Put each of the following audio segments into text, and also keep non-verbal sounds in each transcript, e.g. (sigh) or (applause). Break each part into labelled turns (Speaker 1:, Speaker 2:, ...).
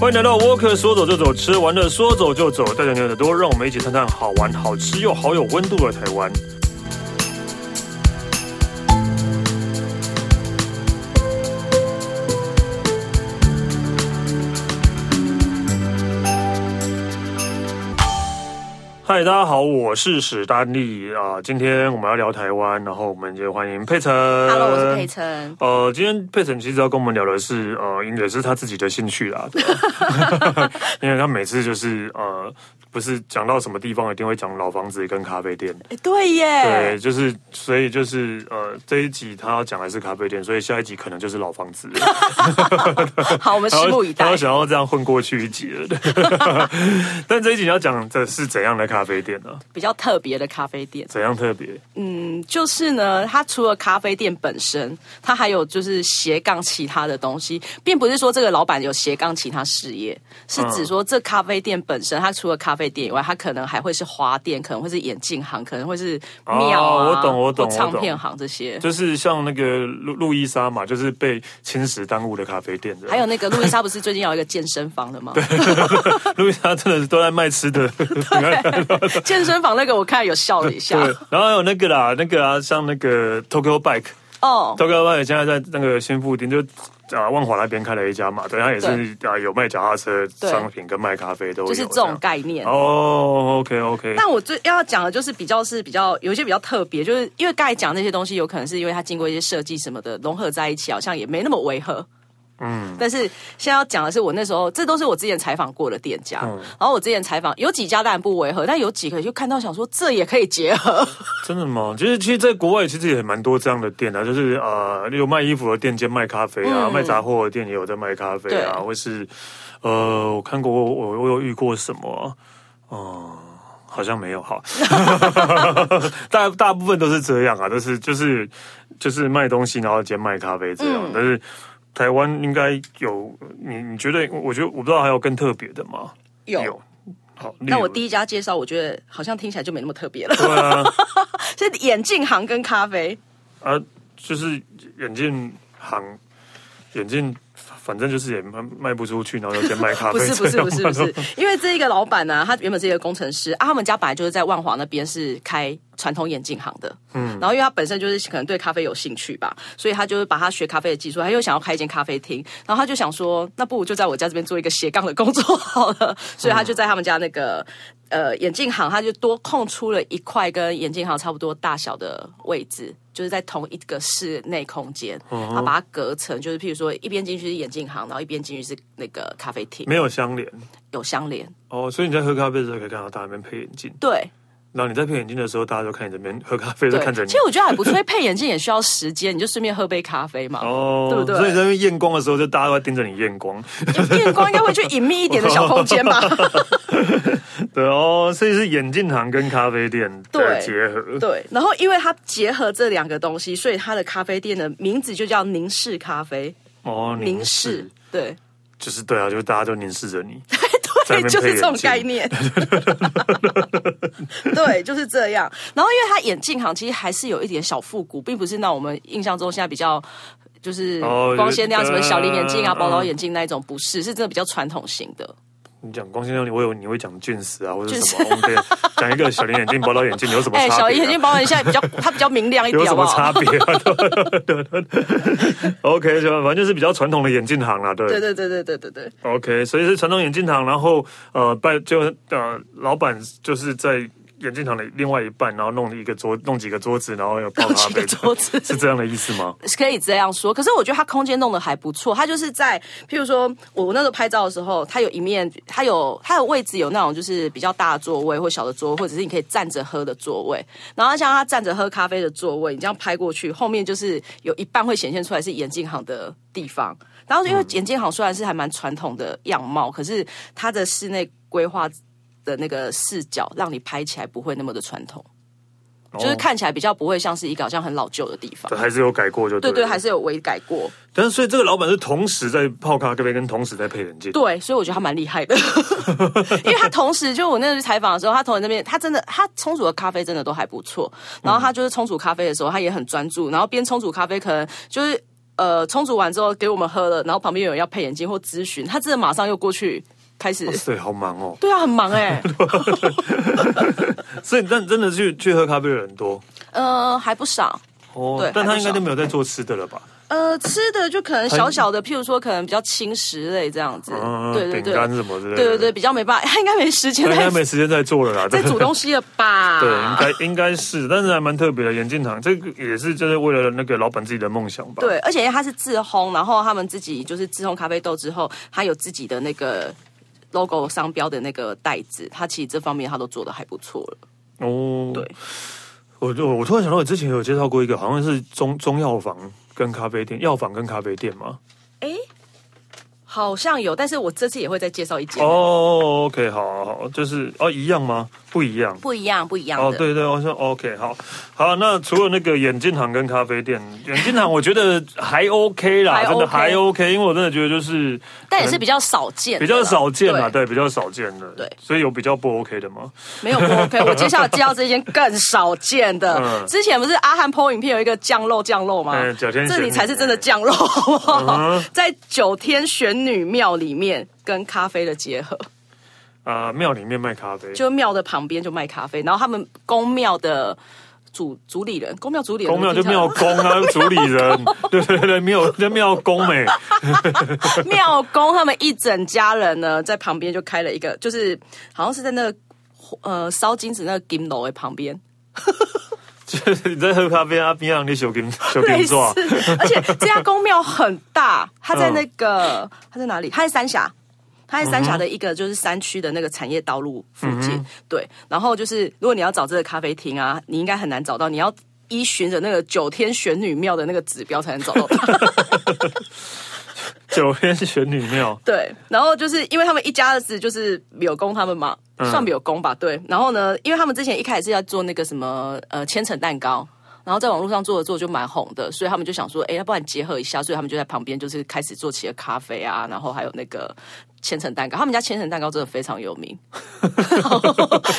Speaker 1: 欢迎来到沃克，说走就走，吃完了说走就走，带着你的耳朵，让我们一起探探好玩、好吃又好有温度的台湾。嗨，大家好，我是史丹利啊、今天我们要聊台湾，然后我们就欢迎佩岑。
Speaker 2: Hello，我是佩岑。
Speaker 1: 呃，今天佩岑其实要跟我们聊的是，呃，也是他自己的兴趣啦，对
Speaker 2: (laughs)
Speaker 1: 吧因为他每次就是呃，不是讲到什么地方一定会讲老房子跟咖啡店，
Speaker 3: 哎对耶，
Speaker 1: 对，就是所以就是呃，这一集他要讲的是咖啡店，所以下一集可能就是老房子，
Speaker 3: (laughs) 好，我们拭目以
Speaker 1: 他
Speaker 3: 待
Speaker 1: 他。想要这样混过去一集
Speaker 3: (laughs)
Speaker 1: 了， (laughs) 对但这一集你要讲的是怎样的咖啡店呢、啊
Speaker 3: 比较特别的咖啡店，
Speaker 1: 怎样特别？
Speaker 3: 嗯，就是呢，它除了咖啡店本身，它还有就是斜杠其他的东西，并不是说这个老板有斜杠其他事业，是
Speaker 1: 嗯
Speaker 3: 指说这咖啡店本身，它除了咖啡店以外，它可能还会是花店，可能会是眼镜行，可能会是庙啊、
Speaker 1: 哦我懂我懂
Speaker 3: 或唱片行这些。
Speaker 1: 就是像那个路路易莎嘛，就是被侵蚀耽误的咖啡店，
Speaker 3: 还有那个路易莎不是最近要有一个健身房的吗？
Speaker 1: (laughs) 路易莎真的是都在卖吃的。
Speaker 3: (laughs) 健身房那个我看有笑了一下
Speaker 1: 对，然后还有那个啦，那个啊，像那个 Tokyo Bike，Tokyo
Speaker 3: 哦，
Speaker 1: Bike 现在在那个新富町就。啊，万华那边开了一家嘛，对，他也是啊，有卖脚踏车
Speaker 3: 对
Speaker 1: 商品跟卖咖啡都有，
Speaker 3: 就是这种概念
Speaker 1: 样。。哦，OK OK，
Speaker 3: 但我最要讲的就是比较是比较有一些比较特别，就是因为刚才讲那些东西，有可能是因为它经过一些设计什么的融合在一起，好像也没那么违和。嗯，但是现在要讲的是，我那时候这都是我之前采访过的店家，然后我之前采访有几家当然不违和，但有几个就看到想说这也可以结合，
Speaker 1: 真的吗？就是其实，在国外其实也蛮多这样的店啊，就是呃，有卖衣服的店兼卖咖啡啊，卖杂货的店也有在卖咖啡啊，
Speaker 3: 嗯对
Speaker 1: 或是呃，我看过我我有遇过什么啊，嗯、好 (laughs) 像没有哈，
Speaker 3: (laughs)
Speaker 1: 大大部分都是这样啊，都是就是就是卖东西，然后兼卖咖啡这
Speaker 3: 嗯
Speaker 1: 样，但是。台湾应该有你，你觉得？我觉得我不知道还有更特别的吗？
Speaker 3: 有
Speaker 1: 好，
Speaker 3: 但我
Speaker 1: 例
Speaker 3: 第一家介绍，我觉得好像听起来就没那么特别了， (laughs)
Speaker 1: 如对啊，
Speaker 3: 是眼镜行跟咖啡。
Speaker 1: 啊，就是眼镜行，眼镜反正就是也卖卖不出去，然后就先卖咖啡。
Speaker 3: 不是不是不是不
Speaker 1: 这样
Speaker 3: 是，因为这一个老板呢、他原本是一个工程师啊，他们家本来就是在万华那边是开传统眼镜行的，嗯，然后因为他本身就是可能对咖啡有兴趣吧，所以他就是把他学咖啡的技术，他又想要开一间咖啡厅，然后他就想说，那不如就在我家这边做一个斜杠的工作好了， (laughs) 所以他就在他们家那个。呃，眼镜行他就多空出了一块跟眼镜行差不多大小的位置，就是在同一个室内空间，
Speaker 1: 嗯
Speaker 3: 他把它隔成，就是譬如说一边进去是眼镜行，然后一边进去是那个咖啡厅。
Speaker 1: (laughs) 没有相连
Speaker 3: 有相连。
Speaker 1: 哦，所以你在喝咖啡的时候可以看到大家在那边配眼镜，
Speaker 3: 对，
Speaker 1: 然后你在配眼镜的时候，大家就看你这边喝咖啡，在
Speaker 3: 对
Speaker 1: 看着，你
Speaker 3: 其。实我觉得还不错，因为配眼镜也需要时间，你就顺便喝杯咖啡嘛。
Speaker 1: 哦，
Speaker 3: 对不对
Speaker 1: 所以在那边验光的时候，就大家都在盯着你验光。
Speaker 3: 电光应该会去隐秘一点的小空间
Speaker 1: (laughs)
Speaker 3: 吧？
Speaker 1: 对哦，所以是眼镜行跟咖啡店的
Speaker 3: 对
Speaker 1: 结合。
Speaker 3: 对。然后，因为它结合这两个东西，所以它的咖啡店的名字就叫凝视咖啡。
Speaker 1: 哦，
Speaker 3: 凝视，对，
Speaker 1: 就是对啊，就是大家都凝视着你。在那
Speaker 3: (laughs) 对，
Speaker 1: 边
Speaker 3: 就是这种
Speaker 1: 配眼镜
Speaker 3: 概
Speaker 1: (laughs)
Speaker 3: 念。对，就是这样。然后，因为它眼镜行其实还是有一点小复古，并不是那我们印象中现在比较。就是
Speaker 1: 哦
Speaker 3: 光鲜亮，
Speaker 1: 就
Speaker 3: 什
Speaker 1: 是
Speaker 3: 么小林眼镜啊、
Speaker 1: 嗯
Speaker 3: 宝岛
Speaker 1: 嗯
Speaker 3: 眼镜那一种，不是，是真的比较传统型的。
Speaker 1: 你讲光鲜亮丽，我有你会讲俊石啊，或者
Speaker 3: 俊
Speaker 1: 什
Speaker 3: 石
Speaker 1: 么？我们可以讲一个小林眼镜、宝岛眼镜有什么
Speaker 3: (laughs) 哎、
Speaker 1: 差别啊？
Speaker 3: 小眼镜保养一下比较，它比较明亮一
Speaker 1: 有
Speaker 3: 点，
Speaker 1: 什
Speaker 3: 好不
Speaker 1: 么差
Speaker 3: 好？
Speaker 1: 别、啊？OK，就反正就是比较传统的眼镜行啦、对。
Speaker 3: 对对对对对对对，
Speaker 1: OK，所以是传统眼镜行，然后呃，办就呃，老板就是在眼镜行的另外一半，然后弄一个桌，弄几个桌子，然后有
Speaker 3: (laughs)
Speaker 1: 泡
Speaker 3: 弄
Speaker 1: 咖
Speaker 3: 几
Speaker 1: 啡
Speaker 3: 个，桌子
Speaker 1: 是这样的意思吗？
Speaker 3: 可以这样说。可是我觉得它空间弄得还不错，它就是在，譬如说我那时候拍照的时候，它有一面，它有它的位置有那种就是比较大的座位或小的座位，或者是你可以站着喝的座位。然后像它站着喝咖啡的座位，你这样拍过去，后面就是有一半会显现出来是眼镜行的地方。然后因为眼镜行虽然是还蛮传统的样貌，可是它的室内规划的那个视角，让你拍起来不会那么的传统。就是看起来比较不会像是一个好像很老旧的地方
Speaker 1: 哦、。还是有改过就对
Speaker 3: 对
Speaker 1: 了
Speaker 3: 对，还。是有微改过。
Speaker 1: 但是所以这个老板是同时在泡咖啡跟同时在配眼镜。
Speaker 3: 对，所以我觉得他蛮厉害的， (laughs) 因为他同时就我那时候采访的时候，他同时那边他真的他冲煮的咖啡真的都还不错。然后他就是冲煮咖啡的时候，他也很专注，然后边冲煮咖啡可能就是。呃充足完之后给我们喝了，然后旁边有人要配眼镜或咨询，他真的马上又过去开始。
Speaker 1: 对，好忙哦。
Speaker 3: 对啊，很
Speaker 1: (laughs)
Speaker 3: 忙哎、
Speaker 1: 所以但真的去去喝咖啡的人多
Speaker 3: 呃，还不少。
Speaker 1: 哦
Speaker 3: 对
Speaker 1: 但他
Speaker 3: 还不
Speaker 1: 应
Speaker 3: 少
Speaker 1: 该就没有在做吃的了吧？
Speaker 3: 呃，吃的就可能小小的，譬如说可能比较轻食类这样子，
Speaker 1: 嗯，
Speaker 3: 对对
Speaker 1: 饼
Speaker 3: 对，
Speaker 1: 干什么之类的。
Speaker 3: 对对对，比较没办法，他应该没时间
Speaker 1: 他应该
Speaker 3: 在
Speaker 1: 没时间再做了 (laughs) 啦。
Speaker 3: 在
Speaker 1: 对
Speaker 3: 煮东西了吧？
Speaker 1: 对，应该应该是，但是还蛮特别的。眼镜糖这个也是就是为了那个老板自己的梦想吧。，
Speaker 3: 对，而且因为它是自烘，然后他们自己就是自烘咖啡豆之后，它有自己的那个 logo 商标的那个袋子，它其实这方面它都做的还不错了。
Speaker 1: 哦，
Speaker 3: 对，
Speaker 1: 我就我突然想到，我之前有介绍过一个，好像是中中药房跟咖啡店，药房跟咖啡店嘛。
Speaker 3: 好像有，但是我这次也会再介绍一间，
Speaker 1: 哦，OK，好好好，就是哦，一样吗？不一样。
Speaker 3: 不一样不一样的。
Speaker 1: 哦，对对，我说 OK，好，好。那除了那个眼镜行跟咖啡店，眼镜行我觉得还 OK 啦，
Speaker 3: 还
Speaker 1: 真的
Speaker 3: OK
Speaker 1: 还 OK，因为我真的觉得就是
Speaker 3: 但也是比较少见的
Speaker 1: 比
Speaker 3: 啦，
Speaker 1: 较少见啦，
Speaker 3: 对，
Speaker 1: 对，比较少见的，
Speaker 3: 对
Speaker 1: 所以有比较不 OK 的吗？
Speaker 3: 没有不 OK。我接下来介绍这间更少见的，
Speaker 1: 嗯
Speaker 3: 之前不是阿汉 PO 影片有一个酱肉酱肉吗？
Speaker 1: 嗯，九天
Speaker 3: 这
Speaker 1: 玄
Speaker 3: 里
Speaker 1: 女
Speaker 3: 才是真的酱肉，好不好
Speaker 1: 嗯哼
Speaker 3: (laughs) 在九天玄女庙里面跟咖啡的结合。
Speaker 1: 啊，庙里面卖咖啡，
Speaker 3: 就庙的旁边就卖咖啡，然后他们公庙的主主理人，公庙主理人，
Speaker 1: 公庙就
Speaker 3: 你听
Speaker 1: 庙
Speaker 3: 到
Speaker 1: 公啊，主理人，对对对，庙那庙公欸美，
Speaker 3: 庙公他们一整家人呢，在旁边就开了一个，就是好像是在那个呃烧金子那个金楼的旁边，
Speaker 1: 就是你在喝咖啡啊，边上你手给手
Speaker 3: 类
Speaker 1: 给
Speaker 3: 似
Speaker 1: 抓，， (laughs)
Speaker 3: 而且这家公庙很大，它
Speaker 1: 嗯
Speaker 3: 在那个、它在哪里？它在三峡。它
Speaker 1: 嗯
Speaker 3: 在三峡的一个就是山区的那个产业道路附近，对。然后就是，如果你要找这个咖啡厅啊，你应该很难找到，你要依循着那个九天玄女庙的那个指标才能找到它。
Speaker 1: 九天玄女庙，
Speaker 3: 对，然后就是因为他们一家子就是柳工他们嘛，
Speaker 1: 嗯
Speaker 3: 算柳工吧，对。然后呢，因为他们之前一开始是要做那个什么呃千层蛋糕，然后在网络上做着做就蛮红的，所以他们就想说，哎，要不然结合一下，所以他们就在旁边就是开始做起了咖啡啊，然后还有那个。千层蛋糕，他们家千层蛋糕真的非常有名， (laughs) 然后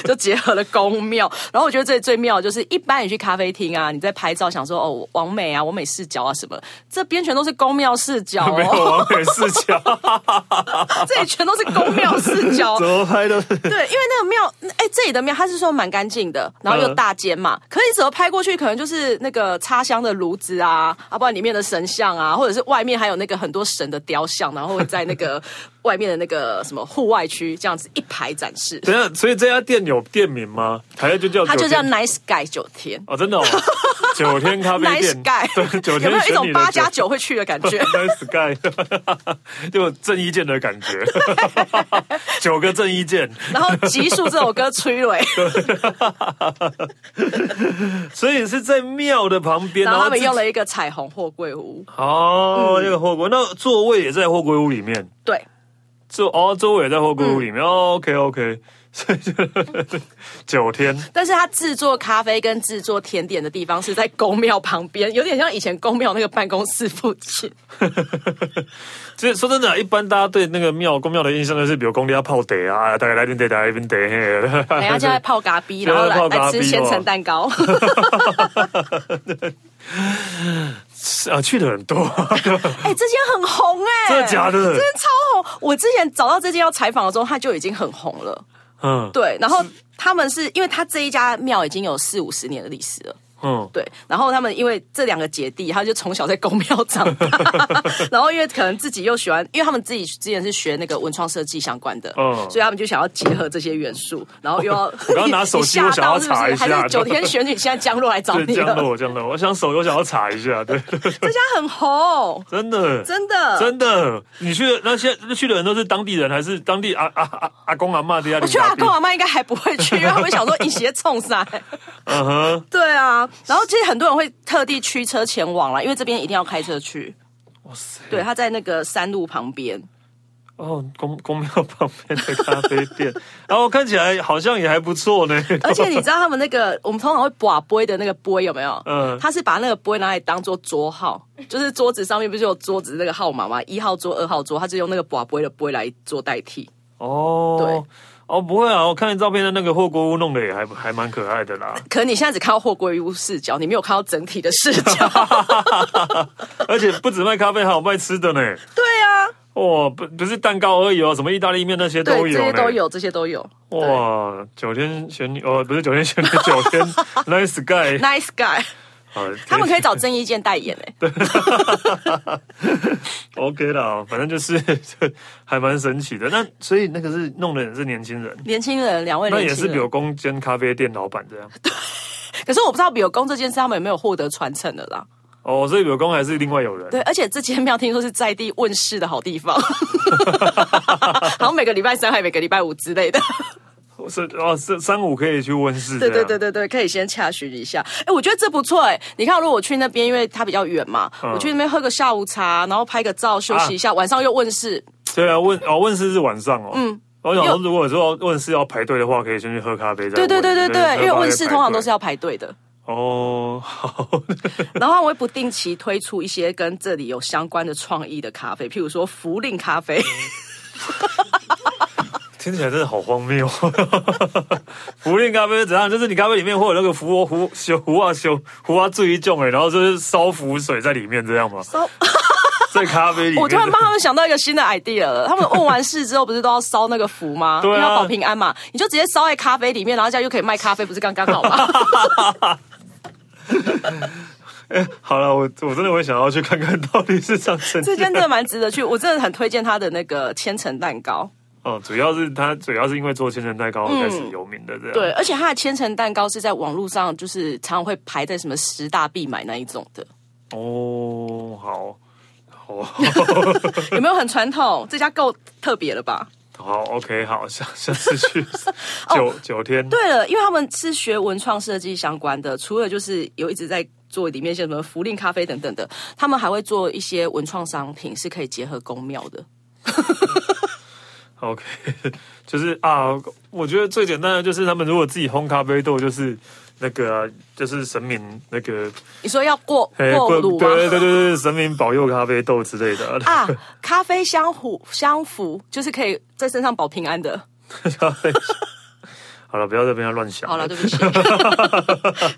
Speaker 3: 就结合了宫庙。然后我觉得最最妙的就是，一般你去咖啡厅啊，你在拍照想说哦，完美啊，完美视角啊什么，这边全都是宫庙视角、
Speaker 1: (laughs)
Speaker 3: 哦，
Speaker 1: 没有完美视
Speaker 3: (laughs)
Speaker 1: 角，
Speaker 3: 这里全都是宫庙视角
Speaker 1: (laughs) 怎。么拍都是。
Speaker 3: 对，因为那个庙，哎，这里的庙它是说蛮干净的，然后又
Speaker 1: 嗯
Speaker 3: 大间嘛，可是你只要拍过去，可能就是那个插香的炉子啊，啊，不然里面的神像啊，或者是外面还有那个很多神的雕像，然后会在那个 (laughs) 外面的那个什么户外区这样子一排展示。
Speaker 1: (laughs) 等一下，所以这家店有店名吗？台下就叫
Speaker 3: 它就
Speaker 1: 九
Speaker 3: 叫
Speaker 1: 天
Speaker 3: Nice Guy 九天
Speaker 1: 哦，真的哦，
Speaker 3: (laughs)
Speaker 1: 九天咖啡
Speaker 3: ，Nice
Speaker 1: 店
Speaker 3: Guy， (laughs)
Speaker 1: 对，九
Speaker 3: 有
Speaker 1: 天
Speaker 3: 没有一
Speaker 1: 玄
Speaker 3: 种
Speaker 1: 女的
Speaker 3: 八加九会去的感觉？
Speaker 1: (laughs) Nice Guy，就有 (laughs) 正一剑的感觉， (laughs) 九个正一剑，
Speaker 3: 然后《极速》这首歌催泪，
Speaker 1: 所以是在庙的旁边，
Speaker 3: 然后他们
Speaker 1: 自己
Speaker 3: 用了一嗯个彩虹货柜屋，
Speaker 1: 哦，那个货柜，那座位也在货柜屋里面，
Speaker 3: 对。
Speaker 1: 座哦，座位也在货柜屋里面。
Speaker 3: 嗯
Speaker 1: 哦，OK OK，所以就九天
Speaker 3: 但是他制作咖啡跟制作甜点的地方是在公庙旁边，有点像以前公庙那个办公室附
Speaker 1: (laughs)
Speaker 3: 近。
Speaker 1: 其实说真的啊，一般大家对那个庙公庙的印象就是，比如公爹要泡茶啊，大概来点茶，大概来点茶嘿。 (laughs)
Speaker 3: 人家就在泡咖啡，
Speaker 1: 现
Speaker 3: 然
Speaker 1: 在
Speaker 3: 后
Speaker 1: 在泡
Speaker 3: 来来
Speaker 1: 咖啡
Speaker 3: 吃千层蛋
Speaker 1: (laughs)
Speaker 3: 糕。哎
Speaker 1: 啊，去的人多， (laughs)
Speaker 3: 哎、这间很红哎、
Speaker 1: 真的假的
Speaker 3: 真的超红！我之前找到这间要采访的时候，它就已经很红了。
Speaker 1: 嗯，
Speaker 3: 对，然后他们是因为他这一家庙已经有四五十年的历史了。
Speaker 1: 嗯，
Speaker 3: 对，然后他们因为这两个姐弟，他就从小在公庙长
Speaker 1: (laughs)
Speaker 3: 大，然后因为可能自己又喜欢，因为他们自己之前是学那个文创设计相关的，
Speaker 1: 嗯
Speaker 3: 所以他们就想要结合这些元素，然后
Speaker 1: (laughs)
Speaker 3: 又要
Speaker 1: 我刚拿手机
Speaker 3: 你
Speaker 1: 我想
Speaker 3: 你吓
Speaker 1: 要
Speaker 3: 到是不
Speaker 1: 查一
Speaker 3: 是？
Speaker 1: 下
Speaker 3: 还是九天玄女现在江若来找
Speaker 1: 对，
Speaker 3: 你
Speaker 1: 这样
Speaker 3: 了？
Speaker 1: 我这样的，我想手游想要查一下，对，
Speaker 3: 这家很红，
Speaker 1: 真的，
Speaker 3: (laughs) 真的，
Speaker 1: 真的，你去的那些去的人都是当地人，还是当地阿阿阿阿公阿妈的呀？
Speaker 3: 我
Speaker 1: 我
Speaker 3: 觉得阿公阿妈应该还不会去，因为他们想说一鞋冲塞。
Speaker 1: (laughs) 嗯哼，
Speaker 3: 对啊，然后其实很多人会特地驱车前往啦，因为这边一定要开车去。
Speaker 1: 哇塞，
Speaker 3: 对，他在那个山路旁边。
Speaker 1: 哦，公公庙旁边的咖啡店，然后看起来好像也还不错呢。
Speaker 3: (laughs) 而且你知道他们那个，我们通常会把杯的那个杯有没有？
Speaker 1: 嗯
Speaker 3: 嗯，他是把那个杯拿来当做桌号， (laughs) 就是桌子上面不是有桌子那个号码吗？一号桌、二号桌，他就用那个把杯的杯来做代替。
Speaker 1: 哦，哦，不会啊，我看照片的那个霍锅屋弄得也还还蛮可爱的啦， (laughs)
Speaker 3: 可能你现在只看到货柜屋视角，你没有看到整体的
Speaker 1: (laughs)
Speaker 3: 视角。
Speaker 1: 而且不止卖咖啡，还有卖吃的呢。
Speaker 3: 对啊，
Speaker 1: 哇，不不是蛋糕而已哦，什么意大利面那些都
Speaker 3: 对，这
Speaker 1: 有
Speaker 3: 些
Speaker 1: 呢
Speaker 3: 都。有，这些都有。
Speaker 1: 哇，九天玄女哦，不是九天玄女，九
Speaker 3: (laughs)
Speaker 1: 天 Nice Guy，
Speaker 3: Nice guy，
Speaker 1: 好
Speaker 3: 他们可以找郑伊健代言欸
Speaker 1: (laughs)
Speaker 3: 诶、
Speaker 1: OK 啦，反正就是 (laughs) 还蛮神奇的。那所以那个是弄的人是年轻人，
Speaker 3: 年轻人，两位
Speaker 1: 那
Speaker 3: 年
Speaker 1: 也
Speaker 3: 轻
Speaker 1: 是
Speaker 3: 人。
Speaker 1: 柳工兼咖啡店老板这样。
Speaker 3: 可是我不知道比有功这件事他们有没有获得传承的啦。
Speaker 1: 哦，所以柳工还是另外有人。
Speaker 3: 对，而且这间庙听说是在地问世的好地方， (laughs) 好像每个礼拜三还每个礼拜五之类的。
Speaker 1: 是哦，是三五可以去温室。
Speaker 3: 对对啊对
Speaker 1: 对，
Speaker 3: 对对，可以先洽询一下。哎，我觉得这不错哎。你看，如果我去那边，因为它比较远嘛，我去那边喝个下午茶，然后拍个照休息一下，晚上又问世。
Speaker 1: 对啊，问哦，问世是晚上哦。嗯。我想说，如果说哦问世要排队的话，可以先去喝咖啡再
Speaker 3: 对
Speaker 1: 问。
Speaker 3: 对对对对，因为问世通常都是
Speaker 1: 要
Speaker 3: 要排队的。
Speaker 1: 哦，好，
Speaker 3: 然后我会不定期推出一些跟这里有相关的创意的咖啡，譬如说福令咖啡，
Speaker 1: 听起来真的好荒谬。 (laughs) 福利咖啡是怎样？就是你咖啡里面会有那个福哦福修福啊修福啊醉一盅哎，然后就是烧符水在里面这样吗？
Speaker 3: 烧
Speaker 1: (laughs) 在咖啡里面。
Speaker 3: 我突然帮他们想到一个新的 idea 了。他们问完事之后，不是都要烧那个符吗？
Speaker 1: (laughs) 对啊
Speaker 3: 因为要保平安嘛，你就直接烧在咖啡里面，然后这样就可以卖咖啡，不是刚刚好吗？ (laughs)
Speaker 1: 好了，我我真的会想要去看看到底是长什么
Speaker 3: 这间真的蛮值得去，我真的很推荐他的那个千层蛋糕。
Speaker 1: (laughs) 哦，主要是他主要是因为做千层蛋糕而开始有名的这样。
Speaker 3: 嗯对，而且它的千层蛋糕是在网络上，就是常常会排在什么十大必买那一种的，
Speaker 1: 哦，好，好，
Speaker 3: 有没有很传统？这家够特别了吧？
Speaker 1: 好，OK，好，下下次去
Speaker 3: (laughs)
Speaker 1: 九、九天，
Speaker 3: 对了，因为他们是学文创设计相关的，除了就是有一直在做里面一些什么福令咖啡等等的，他们还会做一些文创商品，是可以结合宫庙的。
Speaker 1: o k (laughs) 就是啊，我觉得最简单的就是他们如果自己烘咖啡豆，就是那个啊、就是神明那
Speaker 3: (laughs)
Speaker 1: 个
Speaker 3: 你说要过
Speaker 1: 嘿
Speaker 3: 过
Speaker 1: 对
Speaker 3: 炉吗？
Speaker 1: 对对对对，神明保佑咖啡豆之类的。 (laughs)
Speaker 3: 啊，咖啡香虎香符就是可以在身上保平安的。
Speaker 1: 好了，不要在边乱想。
Speaker 3: 好了，对
Speaker 1: (laughs)
Speaker 3: 不起，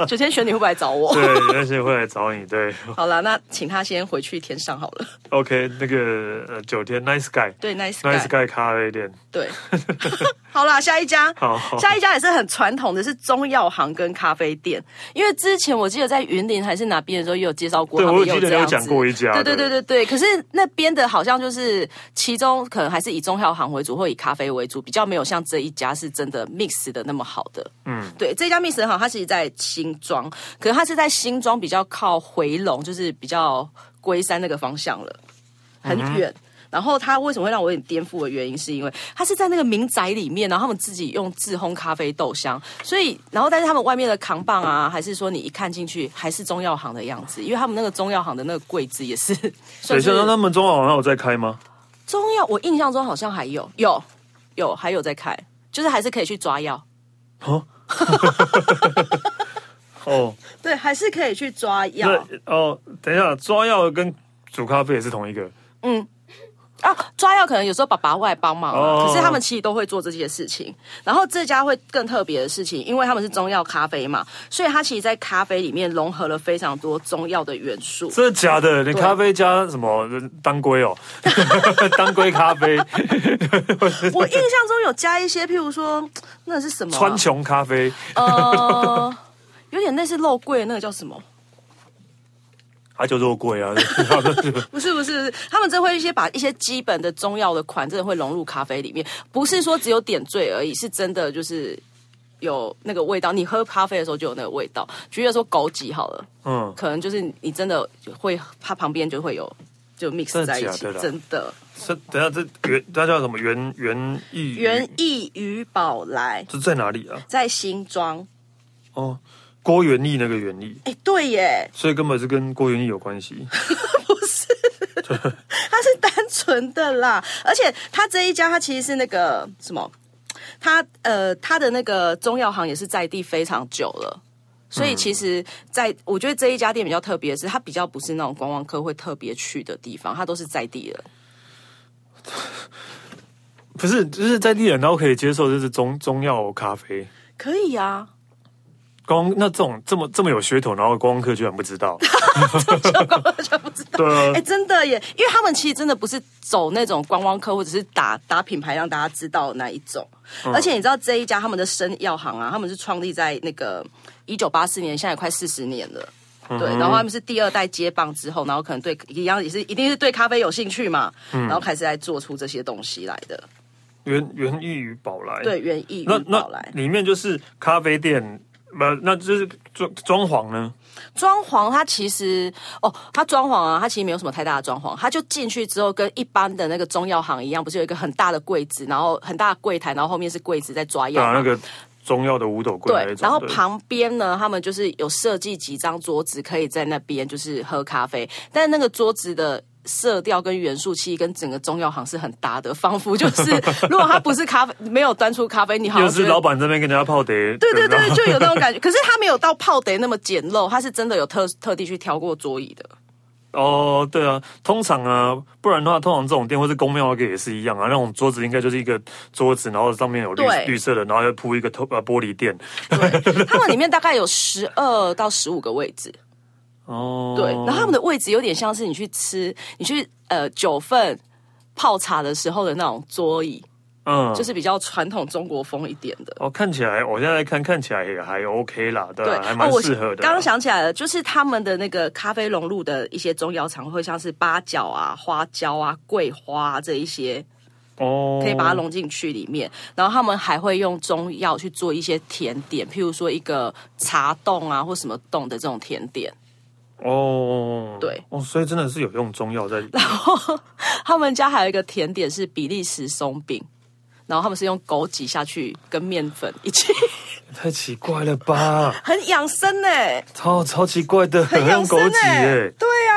Speaker 3: 九天玄女会不会来找我？
Speaker 1: 对，那些会来找你。对
Speaker 3: 好了，那请他先回去天上好了。
Speaker 1: ，OK，那个呃，九天 Nice Guy。
Speaker 3: 对，nice guy，,
Speaker 1: Nice Guy 咖啡店，
Speaker 3: 对。 (laughs) 好啦，下一家，
Speaker 1: 好好
Speaker 3: 下一家也是很传统的，是中药行跟咖啡店。因为之前我记得在云林还是哪边的时候，也有介绍过，
Speaker 1: 对
Speaker 3: 他们
Speaker 1: 我
Speaker 3: 也
Speaker 1: 记得
Speaker 3: 这样
Speaker 1: 你有
Speaker 3: 子
Speaker 1: 讲过一家
Speaker 3: 对对
Speaker 1: 对
Speaker 3: 对对对。可是那边的好像就是其中可能还是以中药行为主，或以咖啡为主，比较没有像这一家是真的 mix 的那么好的。嗯，对，这家 mix 很好，它其实在新庄，可是它是在新庄比较靠回龙，就是比较龟山那个方向了。很远。然后它为什么会让我有点颠覆的原因，是因为它是在那个民宅里面，然后他们自己用自烘咖啡豆香，所以然后但是他们外面的扛棒啊，还是说你一看进去还是中药行的样子，因为他们那个中药行的那个柜子也是
Speaker 1: 等
Speaker 3: 算
Speaker 1: 一
Speaker 3: 是
Speaker 1: 下，那他们中华好像有在开吗？
Speaker 3: 中药，我印象中好像还有有有还有在开，就是还是可以去抓药，
Speaker 1: (laughs)
Speaker 3: (laughs)
Speaker 1: 哦，
Speaker 3: 对，还是可以去抓药
Speaker 1: 那哦，等一下，抓药跟煮咖啡也是同一个
Speaker 3: 啊，抓药可能有时候爸爸会来帮忙、啊，
Speaker 1: 哦
Speaker 3: 可是他们其实都会做这些事情。然后这家会更特别的事情，因为他们是中药咖啡嘛，所以它其实，在咖啡里面融合了非常多中药的元素。
Speaker 1: 真的假的？你咖啡加什么当归哦，当归咖啡、
Speaker 3: 我印象中有加一些，譬如说那是什么、啊
Speaker 1: 川穹咖啡，
Speaker 3: 呃， (laughs) 有点类似肉桂的那个叫什么？
Speaker 1: 它就肉桂啊。 (laughs)
Speaker 3: 不是不是不是，他们真会一些把一些基本的中药的款，真的会融入咖啡里面，不是说只有点缀而已，是真的就是有那个味道。你喝咖啡的时候就有那个味道。举例来说枸杞好了，
Speaker 1: 嗯，
Speaker 3: 可能就是你真的会，它旁边就会有就 mix
Speaker 1: 真的
Speaker 3: 在一
Speaker 1: 假
Speaker 3: 起
Speaker 1: 的，啦
Speaker 3: 真的。
Speaker 1: 这等一下这原它叫什么原原意
Speaker 3: 园艺与宝来
Speaker 1: 这在哪里啊？
Speaker 3: 在新庄，
Speaker 1: 哦，郭元义那个元义，
Speaker 3: 哎，对耶，
Speaker 1: 所以根本是跟郭元义有关系。
Speaker 3: 它是单纯的啦，而且它这一家它其实是那个什么，它呃它的那个中药行也是在地非常久了。所以其实在，我觉得这一家店比较特别的是，它比较不是那种观光客会特别去的地方，它都是在地人。
Speaker 1: 不是，就是在地人都可以接受，就是中中药咖啡。
Speaker 3: 可以啊呀、
Speaker 1: 光那这种这么这么有噱头，然后观光客居然不知道，对
Speaker 3: 哎、
Speaker 1: 啊，
Speaker 3: 真的耶，因为他们其实真的不是走那种观光客或者是打打品牌让大家知道的那一种，
Speaker 1: 嗯
Speaker 3: 而且你知道这一家他们的生药行啊，他们是创立在那个一九八四年，现在也快四十年了。
Speaker 1: 嗯
Speaker 3: 对，然后他们是第二代接棒之后，然后可能对一样也是一定是对咖啡有兴趣嘛，
Speaker 1: 嗯
Speaker 3: 然后开始来做出这些东西来的。
Speaker 1: 源源益于宝来，
Speaker 3: 对，园艺
Speaker 1: 那
Speaker 3: 与宝
Speaker 1: 那
Speaker 3: 来
Speaker 1: 里面就是咖啡店，不、那就是装装潢呢？
Speaker 3: 装潢，它其实哦，它装潢啊，它其实没有什么太大的装潢，它就进去之后跟一般的那个中药行一样，不是有一个很大的柜子，然后很大的柜台，然后后面是柜子在抓
Speaker 1: 对
Speaker 3: 药嘛。
Speaker 1: 啊，那个中药的五斗柜那
Speaker 3: 对
Speaker 1: 一，种，
Speaker 3: 然后
Speaker 1: 对
Speaker 3: 旁边呢，他们就是有设计几张桌子，可以在那边就是喝咖啡，但是那个桌子的。色调跟元素器跟整个中药行是很搭的，仿佛就是
Speaker 1: (laughs)
Speaker 3: 如果它不是咖啡，没有端出咖啡，你好
Speaker 1: 又
Speaker 3: 像觉
Speaker 1: 是
Speaker 3: 得
Speaker 1: 老板这边跟人家泡的，对
Speaker 3: 对对对，就有那种感觉。可是他没有到泡得那么简陋，他是真的有特特地去挑过桌椅的。
Speaker 1: 哦，对啊，通常啊，不然的话，通常这种店或是公庙那个也是一样啊，那种桌子应该就是一个桌子，然后上面有绿
Speaker 3: 对
Speaker 1: 绿色的，然后又铺一个透呃玻璃垫。
Speaker 3: 对，他们里面大概有十二到十五个位置，
Speaker 1: 哦，
Speaker 3: 对，然后他们的位置有点像是你去吃，你去呃九份泡茶的时候的那种桌椅，
Speaker 1: 嗯，
Speaker 3: 就是比较传统中国风一点的。
Speaker 1: 哦，看起来我现在看看起来也还 OK 啦，对
Speaker 3: 对，
Speaker 1: 啊，还蛮
Speaker 3: 哦我
Speaker 1: 适合的啊。
Speaker 3: 刚刚想起来了，就是他们的那个咖啡融入的一些中药常会像是八角啊、花椒啊、桂花、啊、这一些，
Speaker 1: 哦，
Speaker 3: 可以把它融进去里面。然后他们还会用中药去做一些甜点，譬如说一个茶冻啊或什么冻的这种甜点。
Speaker 1: 哦，
Speaker 3: 对，
Speaker 1: 哦，所以真的是有用中药在里面
Speaker 3: (laughs) 他们家还有一个甜点是比利时松饼，然后他们是用狗挤下去跟面粉一起，
Speaker 1: 太奇怪了吧？
Speaker 3: 很养生呢、
Speaker 1: 超超奇怪的，很
Speaker 3: 养
Speaker 1: 用枸
Speaker 3: 生欸
Speaker 1: 杞欸耶，
Speaker 3: 对啊，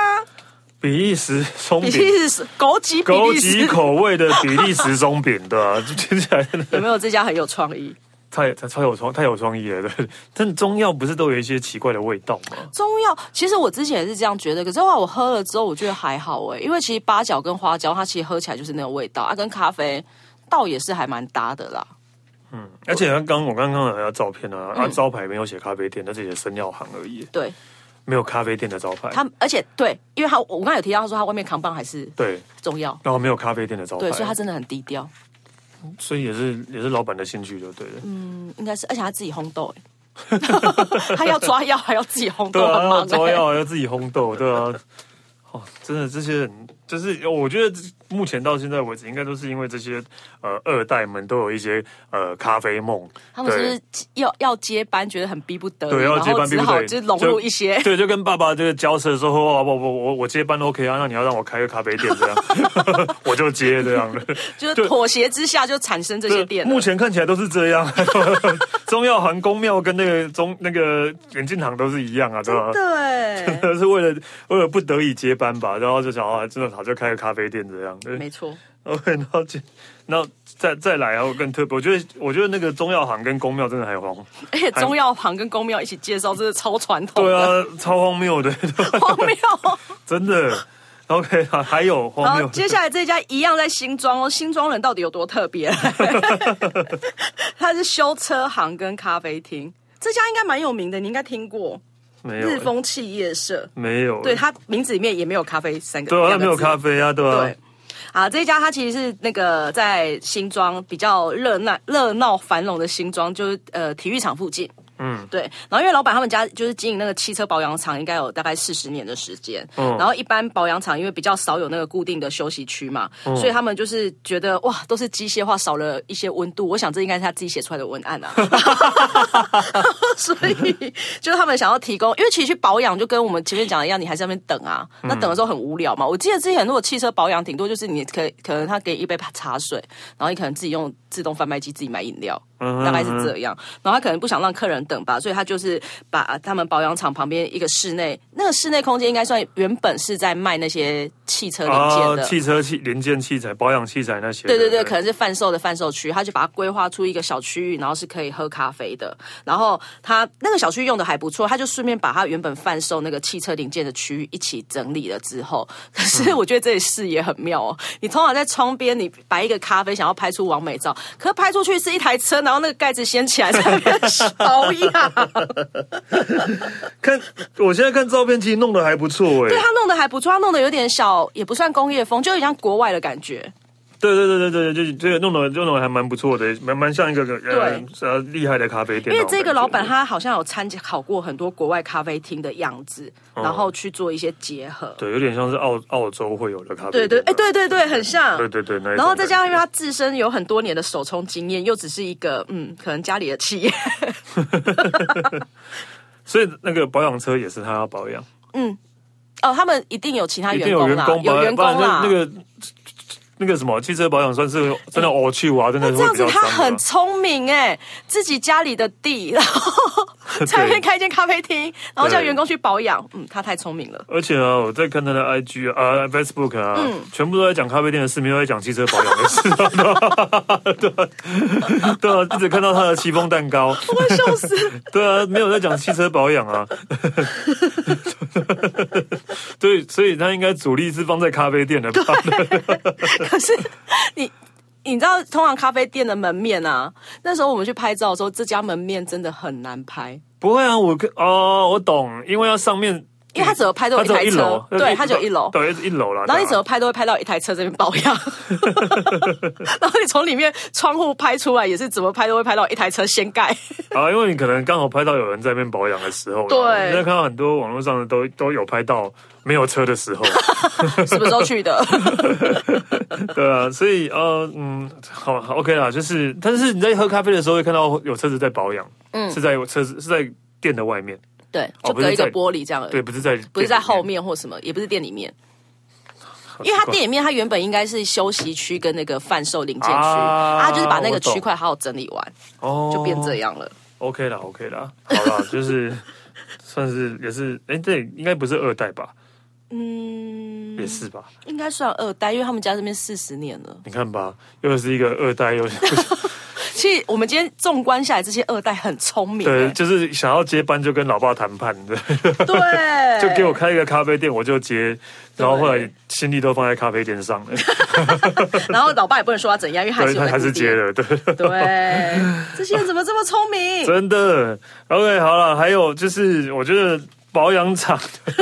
Speaker 1: 比利时松
Speaker 3: 比
Speaker 1: 饼， (laughs)
Speaker 3: 利时枸杞比
Speaker 1: 枸
Speaker 3: 利
Speaker 1: 杞
Speaker 3: 时，
Speaker 1: 口味的比利时松饼，对吧、啊？听起来真的
Speaker 3: 有没有这家很有创意？
Speaker 1: 太太超有创太有创意了， (laughs) 对。但中药不是都有一些奇怪的味道吗？
Speaker 3: 中药其实我之前也是这样觉得，可是后来我喝了之后，我觉得还好哎、因为其实八角跟花椒它其实喝起来就是那个味道啊，跟咖啡倒也是还蛮搭的啦。
Speaker 1: 而且刚刚我刚刚有照片啊，啊招牌没有写咖啡店，那是写生药行而已，
Speaker 3: 对
Speaker 1: 没有咖啡店的招牌。
Speaker 3: 它，而且对，因为它我刚才有提到，他说它外面扛棒还是
Speaker 1: 对，
Speaker 3: 中药，
Speaker 1: 然后没有咖啡店的招牌，
Speaker 3: 对，所以它真的很低调，
Speaker 1: 所以也是也是老板的兴趣就对了。
Speaker 3: 嗯应该是，而且他自己烘豆哎。 (laughs) 他要抓药，还要自己烘
Speaker 1: 对
Speaker 3: 豆，
Speaker 1: 啊，
Speaker 3: 很
Speaker 1: 还要
Speaker 3: 忙
Speaker 1: 抓
Speaker 3: 欸
Speaker 1: 药，还要自己烘豆，对啊。哦，真的，这些人就是我觉得目前到现在为止，应该都是因为这些呃二代们都有一些呃咖啡梦，
Speaker 3: 他们是不
Speaker 1: 对
Speaker 3: 是要要接班，觉得很逼不得已，
Speaker 1: 对要接
Speaker 3: 然后
Speaker 1: 班必
Speaker 3: 只
Speaker 1: 不
Speaker 3: 好
Speaker 1: 得已，
Speaker 3: 就是融入一些
Speaker 1: 就对，就跟爸爸这个交涉说，哦，我我我我接班 OK 啊，那你要让我开个咖啡店这
Speaker 3: (laughs)
Speaker 1: 样， (laughs) 我就接这样的。
Speaker 3: 就是妥协之下就产生这些店了。
Speaker 1: 目前看起来都是这样， (laughs) 中药行、公庙跟那个中那个眼镜行都是一样啊，对吧？ (laughs)
Speaker 3: 对，
Speaker 1: 是为了为了不得已接班吧，然后就想啊，真的好就开个咖啡店这样。对
Speaker 3: 没错。
Speaker 1: (laughs) OK，然后就然后再再来，然后更特别，我觉得我觉得那个中药行跟公庙真的还荒，
Speaker 3: 而且中药行跟公庙一起介绍，真的超传统
Speaker 1: 对
Speaker 3: 的，
Speaker 1: 啊，超荒谬的，
Speaker 3: 荒谬。
Speaker 1: 真的。OK，还 (laughs) 还有
Speaker 3: 然
Speaker 1: 荒
Speaker 3: 后
Speaker 1: 谬，
Speaker 3: 接下来这家一样在新庄哦，新庄人到底有多特别？ (laughs) 它是修车行跟咖啡厅，这家应该蛮有名的，你应该听过
Speaker 1: 没有
Speaker 3: 日风气业社。
Speaker 1: 没有，
Speaker 3: 对，它名字里面也没有咖啡三个，
Speaker 1: 对啊，
Speaker 3: 两
Speaker 1: 没
Speaker 3: 个
Speaker 1: 有
Speaker 3: 字
Speaker 1: 咖啡啊，对啊，
Speaker 3: 对，啊，这一家它其实是那个在新庄比较热闹、热闹繁荣的新庄，就是呃体育场附近。嗯，对。然后因为老板他们家就是经营那个汽车保养厂，应该有大概四十年的时间。
Speaker 1: 嗯
Speaker 3: 然后一般保养厂因为比较少有那个固定的休息区嘛，
Speaker 1: 嗯
Speaker 3: 所以他们就是觉得哇，都是机械化，少了一些温度。我想这应该是他自己写出来的文
Speaker 1: (laughs)
Speaker 3: 案啊。 (laughs) 所以就是他们想要提供，因为其实去保养就跟我们前面讲的一样，你还是在那边等啊，
Speaker 1: 嗯
Speaker 3: 那等的时候很无聊嘛。我记得之前如果汽车保养，顶多就是你可以可能他给你一杯茶水，然后你可能自己用自动贩卖机自己买饮料，
Speaker 1: 嗯哼
Speaker 3: 大概是这样。然后他可能不想让客人等吧，所以他就是把他们保养厂旁边一个室内，那个室内空间应该算原本是在卖那些汽车零件的。
Speaker 1: 嗯啊哦汽车器零件、器材、保养器材那些。
Speaker 3: 对对对，可能是贩售的贩售区，他就把它规划出一个小区域，然后是可以喝咖啡的。然后他那个小区用的还不错，他就顺便把他原本贩售那个汽车零件的区域一起整理了之后， (laughs) 可是我觉得这里视野很妙哦。你通常在窗边你摆一个咖啡，想要拍出完美照，可是拍出去是一台车，然后那个盖子掀起来在那边烧 (laughs) 呀。
Speaker 1: 看我现在看照片，其实弄得还不错哎、
Speaker 3: 对他弄得还不错，他弄得有点小，也不算工业风，就有点像国外的感觉。
Speaker 1: 对对对对对，就是这个弄得弄得还蛮不错的，蛮蛮像一个呃
Speaker 3: 对
Speaker 1: 呃厉害的咖啡店。
Speaker 3: 因为这个老板他好像有参考过很多国外咖啡厅的样子，然后去做一些结合。
Speaker 1: 嗯对，有点像是澳澳洲会有的咖啡店。
Speaker 3: 对对，哎，对对对，很像。
Speaker 1: 对对对，那一种
Speaker 3: 然后再加上，因为
Speaker 1: 感
Speaker 3: 他自身有很多年的手冲经验，又只是一个嗯，可能家里的企业， (laughs)
Speaker 1: 觉，所以那个保养车也是他要保养，
Speaker 3: 哦，他们一定有其他
Speaker 1: 一定
Speaker 3: 员
Speaker 1: 有
Speaker 3: 工
Speaker 1: 员
Speaker 3: 啦，
Speaker 1: 工吧，
Speaker 3: 有员
Speaker 1: 不
Speaker 3: 工
Speaker 1: 然
Speaker 3: 啦。
Speaker 1: 那那个那个什么汽车保养算是真的哦去啊，真的是
Speaker 3: 那这
Speaker 1: 会
Speaker 3: 样
Speaker 1: 比较
Speaker 3: 子他
Speaker 1: 脏的
Speaker 3: 很聪明哎，自己家里的地，然后 (laughs) 在那
Speaker 1: (laughs)
Speaker 3: 边开一间咖啡厅，然后叫
Speaker 1: 对
Speaker 3: 员工去保养，嗯，他太
Speaker 1: (laughs)
Speaker 3: 聪明了。
Speaker 1: 而且啊，我在看他的 IG 啊、呃 Facebook 啊，全部都在讲咖啡店的事，没有在讲汽车保养的事、啊。对啊，对啊，一直看到他的戚风蛋糕，
Speaker 3: 我会笑死！
Speaker 1: (laughs) 对啊，没有在讲汽车保养啊。 (laughs) 对，所以他应该主力是放在咖啡店的吧？
Speaker 3: 可是你。你知道，通常咖啡店的门面啊，那时候我们去拍照的时候，这家门面真的很难拍，
Speaker 1: 不会啊，我跟哦，我懂，因为要上面，
Speaker 3: 因为它只有拍到
Speaker 1: 它
Speaker 3: 一
Speaker 1: 只有
Speaker 3: 台
Speaker 1: 一
Speaker 3: 车
Speaker 1: 楼，，
Speaker 3: 对，它只有一楼，
Speaker 1: 对，一楼啦。
Speaker 3: 然后你
Speaker 1: 对
Speaker 3: 怎
Speaker 1: 啊
Speaker 3: 么拍都会拍到一台车这边保
Speaker 1: (laughs)
Speaker 3: 养，然后你从里面窗户拍出来也是怎么拍都会拍到一台车
Speaker 1: (laughs)
Speaker 3: 掀盖。
Speaker 1: 啊，因为你可能刚好拍到有人在那边保养的时候啦，
Speaker 3: 对
Speaker 1: 我现在看到很多网络上的都都有拍到没有车的时
Speaker 3: (laughs)
Speaker 1: 候。
Speaker 3: 什么时候
Speaker 1: (laughs)
Speaker 3: 去的？
Speaker 1: 对啊，所以呃嗯，好好 OK 啦，就是但是你在喝咖啡的时候会看到有车子在保养，嗯，是在车子是在店的外面，
Speaker 3: 对，
Speaker 1: 哦
Speaker 3: 就
Speaker 1: 不是
Speaker 3: 隔一个
Speaker 1: 在
Speaker 3: 玻璃这样而已，
Speaker 1: 对，不是在
Speaker 3: 不是在后
Speaker 1: 面，
Speaker 3: 面或什么，也不是店里面。
Speaker 1: 好
Speaker 3: 因为它
Speaker 1: 奇怪
Speaker 3: 店里面，它原本应该是休息区跟那个贩售零件区，
Speaker 1: 啊
Speaker 3: 它就是把那
Speaker 1: 我
Speaker 3: 个
Speaker 1: 懂
Speaker 3: 区块好好整理完，
Speaker 1: 哦
Speaker 3: 就变这样了。
Speaker 1: ，OK 啦 OK 啦，好啦， (laughs) 就是算是也是，哎、这应该不是二代吧，
Speaker 3: 嗯，
Speaker 1: 也是吧，
Speaker 3: 应该算二代，因为他们家这边四十年了。
Speaker 1: 你看吧，又是一个二代，又是 (laughs)
Speaker 3: 其实我们今天纵观下来，这些二代很聪明、
Speaker 1: 对，
Speaker 3: 欸，
Speaker 1: 就是想要接班就跟老爸谈判的，
Speaker 3: 对，
Speaker 1: 就给我开一个咖啡店我就接，然后
Speaker 3: 对
Speaker 1: 后来心力都放在咖啡店
Speaker 3: (laughs)
Speaker 1: 上了，
Speaker 3: (laughs) 然后老爸也不能说他怎样，因为他还
Speaker 1: 对，
Speaker 3: 是有
Speaker 1: 他
Speaker 3: 在
Speaker 1: 还是
Speaker 3: 固定
Speaker 1: 接了，对。 (laughs)
Speaker 3: 对，这些人怎么这么聪明？
Speaker 1: 真的。OK，好了，还有就是，我觉得保养厂。 (laughs)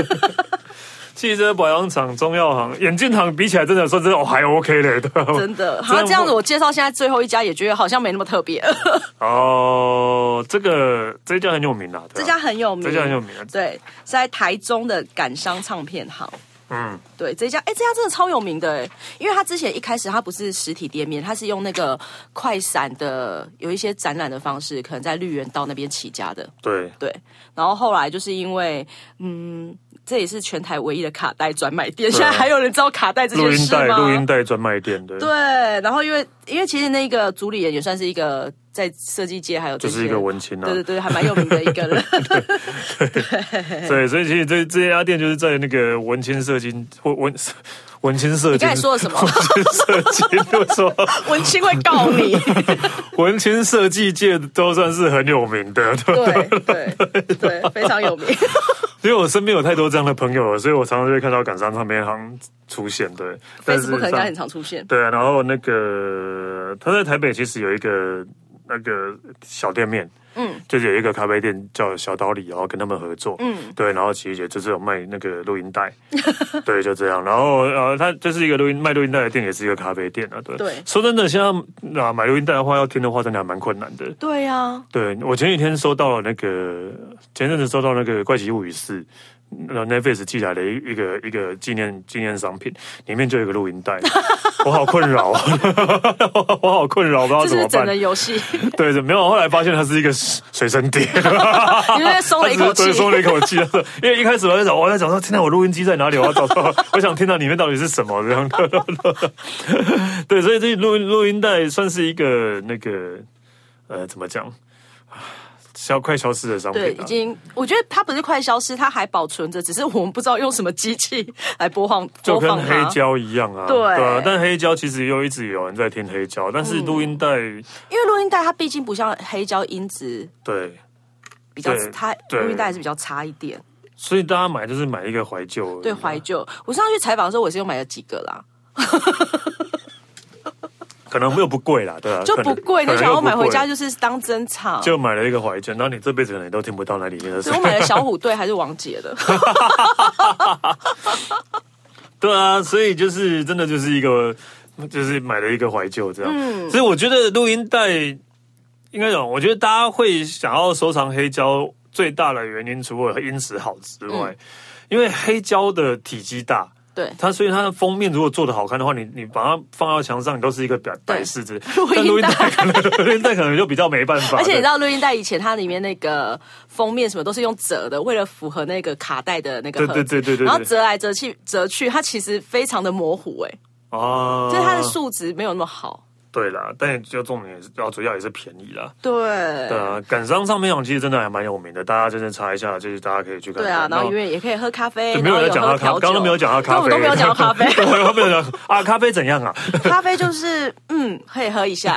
Speaker 1: 汽车保养厂、中药行、眼镜行比起来，真的说真的哦，还 OK 嘞，对 (laughs) 吧？
Speaker 3: 真的，好，这样子我介绍现在最后一家，也觉得好像没那么特别。
Speaker 1: 哦，这个这一家很有名啦，啊对
Speaker 3: 这
Speaker 1: 吧
Speaker 3: 家很有名，
Speaker 1: 这家很有名啊
Speaker 3: 对，是在台中的感商唱片行。
Speaker 1: 嗯，
Speaker 3: 对，这家哎，这家真的超有名的哎，因为他之前一开始他不是实体店面，他是用那个快闪的有一些展览的方式，可能在绿园道那边起家的。
Speaker 1: 对，
Speaker 3: 对，然后后来就是因为，嗯，这也是全台唯一的卡带专卖店，现
Speaker 1: 啊
Speaker 3: 在还有人知道卡带这
Speaker 1: 录
Speaker 3: 件
Speaker 1: 音
Speaker 3: 事
Speaker 1: 带、
Speaker 3: 吗？
Speaker 1: 录音带专卖店，对，
Speaker 3: 对，然后因为因为其实那个主理人也算是一个在设计界还有
Speaker 1: 就
Speaker 3: 这些
Speaker 1: 是一个文青啊
Speaker 3: 对。对对，还蛮有名的一个
Speaker 1: (laughs)
Speaker 3: 人。
Speaker 1: 对，所以其实这这家店就是在那个文青社经或文 (laughs) 文青社
Speaker 3: 你
Speaker 1: 经
Speaker 3: 刚才。
Speaker 1: (laughs)
Speaker 3: 说了什么？
Speaker 1: 社经就说 (laughs)
Speaker 3: 文青会告你。
Speaker 1: 文青设计界都算是很有名的，对吧
Speaker 3: 对对对，非 (laughs) 常有名。
Speaker 1: 因为我身边有太多这样的朋友了，所以我常常就会看到感伤唱片行出现，对，但是
Speaker 3: Facebook 应该很
Speaker 1: 像
Speaker 3: 常出现。
Speaker 1: 对啊，然后那个他在台北其实有一个那个小店面。嗯，就是有一个咖啡店叫小岛里，然后跟他们合作，嗯，对，然后其实也就是有卖那个录音 (laughs) 带，对，就这样。然后呃，它就是一个录音卖录音带的店，也是一个咖啡店啊，对。
Speaker 3: 对
Speaker 1: 说真的，现在啊买录音带的话，要听的话，真的还蛮困难的。
Speaker 3: 对啊，
Speaker 1: 对我前几天收到了那个，前阵子收到那个《怪奇物语四》，那 Netflix 寄来的一一个一个纪念纪念商品，里面就有一个录音
Speaker 3: (laughs)
Speaker 1: 带，我好困扰啊， (laughs) 我好困扰，不知道
Speaker 3: 这
Speaker 1: 怎么
Speaker 3: 是整
Speaker 1: 办
Speaker 3: 的。游戏，
Speaker 1: (laughs)
Speaker 3: 因
Speaker 1: 对，没有，后来发现它是一个随身碟，
Speaker 3: 为松了一口
Speaker 1: 只
Speaker 3: 气
Speaker 1: 是。松了一口气。 (laughs) 因为一开始我在找，我在找说，天哪，我录音机在哪里？我要找 (laughs) 到，我想听到里面到底是什么这样 (laughs) 的。对，所以这录录音带算是一个那个呃，怎么讲？消快消失的商品、啊，
Speaker 3: 对，已经我觉得它不是快消失，它还保存着，只是我们不知道用什么机器来播放
Speaker 1: (laughs) 就
Speaker 3: 播
Speaker 1: 跟
Speaker 3: 放
Speaker 1: 黑
Speaker 3: 它。
Speaker 1: 胶一样啊，
Speaker 3: 对嗯
Speaker 1: 啊。但黑胶其实又一直有人在听黑胶，但是录音带、
Speaker 3: 因为录音带它毕竟不像黑胶音质
Speaker 1: 对，
Speaker 3: 比较
Speaker 1: 对，
Speaker 3: 它
Speaker 1: 对
Speaker 3: 录音带还是比较差一点，
Speaker 1: 所以大家买就是买一个怀旧而已啊，
Speaker 3: 对怀旧。我上次去采访的时候，我也是又买了几个啦，
Speaker 1: 可能没有不贵啦，对啊，
Speaker 3: 就
Speaker 1: 可
Speaker 3: 不
Speaker 1: 能
Speaker 3: 贵，
Speaker 1: 可
Speaker 3: 你
Speaker 1: 能
Speaker 3: 想
Speaker 1: 又
Speaker 3: 要
Speaker 1: 不
Speaker 3: 买回
Speaker 1: 贵
Speaker 3: 家就是当珍藏。
Speaker 1: 就买了一个怀旧，然后你这辈子可能也都听不到那里面的声
Speaker 3: 所以我
Speaker 1: 音。
Speaker 3: 买了小虎队还是王
Speaker 1: (laughs)
Speaker 3: 杰的，
Speaker 1: 对啊，所以就是真的就是一个，就是买了一个怀旧这样。
Speaker 3: 嗯
Speaker 1: 所以我觉得录音带应该讲，我觉得大家会想要收藏黑胶最大的原因，除了音质好之
Speaker 3: 嗯
Speaker 1: 外，因为黑胶的体积大。
Speaker 3: 对
Speaker 1: 它所以它的封面如果做的好看的话，你你把它放到墙上，你都是一个摆摆饰之类。
Speaker 3: 录音
Speaker 1: 但录音
Speaker 3: 带
Speaker 1: 带可能 (laughs) 录音带可能就比较没办法。
Speaker 3: 而且你
Speaker 1: 对
Speaker 3: 知道录音带以前它里面那个封面什么都是用折的，为了符合那个卡带的那个
Speaker 1: 对
Speaker 3: 盒子
Speaker 1: 对对对对对
Speaker 3: 然后折来折去折去，它其实非常的模糊哎、
Speaker 1: 啊，
Speaker 3: 就是它的数值没有那么好。
Speaker 1: 对啦，但就重点也是要主要也是便宜啦。
Speaker 3: 对，
Speaker 1: 对啊，感伤唱片行其实真的还蛮有名的，大家真的查一下，就是大家可以去看看。
Speaker 3: 对啊，然后因为也可以喝咖啡，
Speaker 1: 就没有
Speaker 3: 然后
Speaker 1: 人讲到
Speaker 3: 喝
Speaker 1: 咖，
Speaker 3: 调酒，
Speaker 1: 刚刚都没有讲到咖
Speaker 3: 对我
Speaker 1: 啡，
Speaker 3: 们都没有讲到咖啡，
Speaker 1: (laughs) 对我没有讲啊，咖啡怎样啊？
Speaker 3: (laughs)
Speaker 1: (laughs)
Speaker 3: 咖啡就是嗯，可以喝一下， (laughs)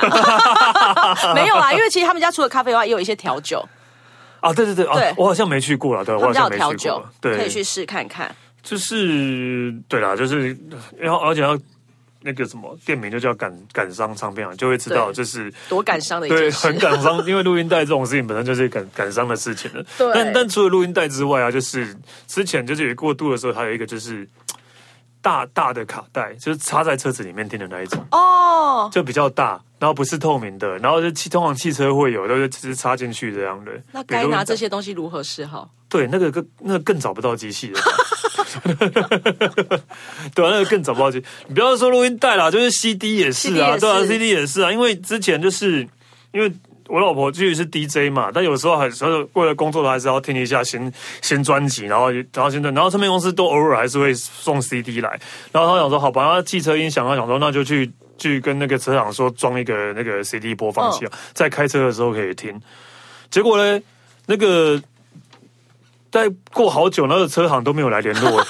Speaker 3: 没有啊啦，因为其实他们家除了咖啡的话，也有一些调酒，
Speaker 1: 啊，对对对，啊
Speaker 3: 对，
Speaker 1: 我好像没去过了，对，我
Speaker 3: 他
Speaker 1: 好
Speaker 3: 们家
Speaker 1: 像
Speaker 3: 有
Speaker 1: 没
Speaker 3: 调
Speaker 1: 去
Speaker 3: 酒
Speaker 1: 过，，
Speaker 3: 可
Speaker 1: 对
Speaker 3: 以，去试看看。
Speaker 1: 就是对啦，就是然后而且要那个什么店名就叫感感伤唱片行，就会知道
Speaker 3: 对
Speaker 1: 就是。
Speaker 3: 多感伤的一
Speaker 1: 对，
Speaker 3: 件事，
Speaker 1: 很感伤，因为录音带这种事情本身就是感感伤的事情了。
Speaker 3: (laughs) 对
Speaker 1: 但但除了录音带之外啊，就是之前就是有过度的时候，还有一个就是大大的卡带，就是插在车子里面听的那一种，
Speaker 3: 哦。
Speaker 1: 就比较大，然后不是透明的，然后就汽通常汽车会有，都是只是插进去这样的。
Speaker 3: 那该
Speaker 1: 比如
Speaker 3: 拿这
Speaker 1: 录音带
Speaker 3: 些东西如何是好？
Speaker 1: 对那个更那个更找不到机器了。 (laughs) 对啊，那个更找不到机。你不要说录音带啦，就是 CD 也是
Speaker 3: CD
Speaker 1: 啊，
Speaker 3: 也是
Speaker 1: 对啊，CD 也是啊，因为之前就是因为。我老婆去是 DJ 嘛，但有时候还是为了工作，还是要听一下新新专辑，然后然后新专，然后唱片公司都偶尔还是会送 CD 来，然后他想说好吧，那汽车音响，他想说那就去去跟那个车厂说装一个那个 CD 播放
Speaker 3: 嗯
Speaker 1: 器啊，在开车的时候可以听。结果呢，那个在过好久，那个车行都没有来联
Speaker 3: (laughs)
Speaker 1: 络，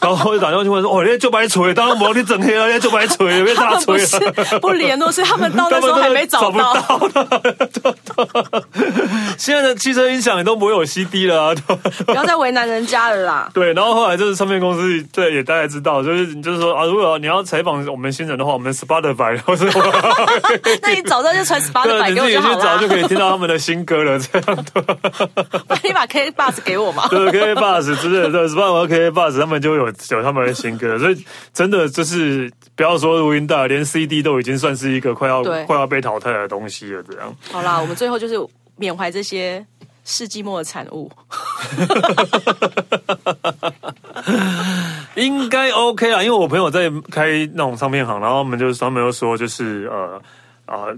Speaker 1: 然后我就打电话去问说：“哦，你就白锤，当然不要你整黑了，你就白
Speaker 3: (laughs)
Speaker 1: 锤，被
Speaker 3: 他
Speaker 1: 大
Speaker 3: 们不
Speaker 1: 锤 (laughs)
Speaker 3: 是
Speaker 1: 了。
Speaker 3: 不联络，是他们到那时候还没找
Speaker 1: 啊他们
Speaker 3: 到
Speaker 1: 都。找不到了。 (laughs) 现在的汽车音响也都不会有 CD 了、啊。 (laughs) 对
Speaker 3: 不要再为难人家了啦。
Speaker 1: 对，然后后来就是唱片公司，对，也大概知道，就是就是说啊，如果你要采访我们新人的话，我们 Spotify 或者
Speaker 3: 那你早知道就传
Speaker 1: 对，
Speaker 3: Spotify
Speaker 1: 你
Speaker 3: 给
Speaker 1: 自
Speaker 3: 我
Speaker 1: 己
Speaker 3: 就
Speaker 1: 去
Speaker 3: 好啊
Speaker 1: 找就可
Speaker 3: 啦。
Speaker 1: 以听到他们的新歌了。这样对。
Speaker 3: (laughs) 你把 K Bus 给我
Speaker 1: (laughs)
Speaker 3: 嘛。
Speaker 1: 对 K Bus 之类的，对 s p o t i K Bus 他们就有有他们的新歌，所以真的就是不要说录音带，连 CD 都已经算是一个快要
Speaker 3: 对
Speaker 1: 快要被淘汰的东西了。这样，
Speaker 3: 好啦，我们最后就是缅怀这些世纪末的产物。
Speaker 1: 应该 OK 啊啦，因为我朋友在开那种唱片行，然后我们就他们又说就是呃啊、呃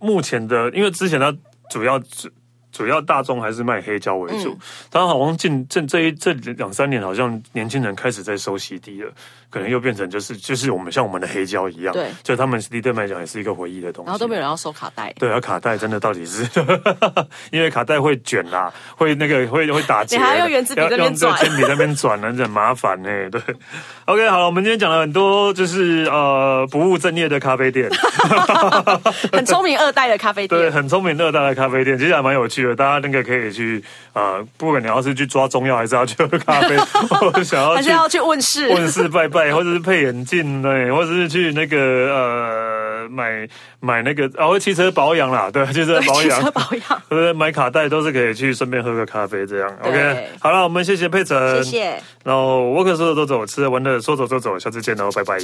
Speaker 1: 目前的，因为之前他主要主主要大众还是卖黑胶为
Speaker 3: 嗯
Speaker 1: 主，他、好像近近这一这两三年，好像年轻人开始在收 CD 了，可能又变成就是就是我们像我们的黑胶一样，
Speaker 3: 对
Speaker 1: 就他们 CD 对他们来讲也是一个回忆的东西，
Speaker 3: 然后都没有人要收卡带，
Speaker 1: 对，啊，卡带真的到底是， (laughs) 因为卡带会卷啦，会那个会会打结，
Speaker 3: 你还要用圆珠笔
Speaker 1: 要
Speaker 3: 在那边
Speaker 1: 用这个
Speaker 3: 转
Speaker 1: 铅笔在那边转，那很麻烦呢、对，OK，好了，我们今天讲了很多，就是呃不务正业的咖啡店，
Speaker 3: (laughs) 很聪明二代的咖啡
Speaker 1: 对，
Speaker 3: 店。
Speaker 1: 很聪明乐大的咖啡店，其实还蛮有趣的。大家那个可以去呃，不管你要是去抓中药，还是要去喝咖啡， (laughs) 或者想要
Speaker 3: 还是
Speaker 1: 去
Speaker 3: 要去问世，
Speaker 1: 问世拜拜，或者是配眼镜，对，或者是去那个呃买买那个，然、后汽车保养啦，对，汽车
Speaker 3: (laughs)
Speaker 1: 保
Speaker 3: 汽
Speaker 1: 养
Speaker 3: 车。保养。
Speaker 1: 对不对？买卡带都是可以去顺便喝个咖啡这样。
Speaker 3: 对
Speaker 1: OK，好了，我们谢谢佩晨，
Speaker 3: 谢谢。
Speaker 1: 哦然后我可说走就走，吃的玩的说走就走，下次见喽，拜拜。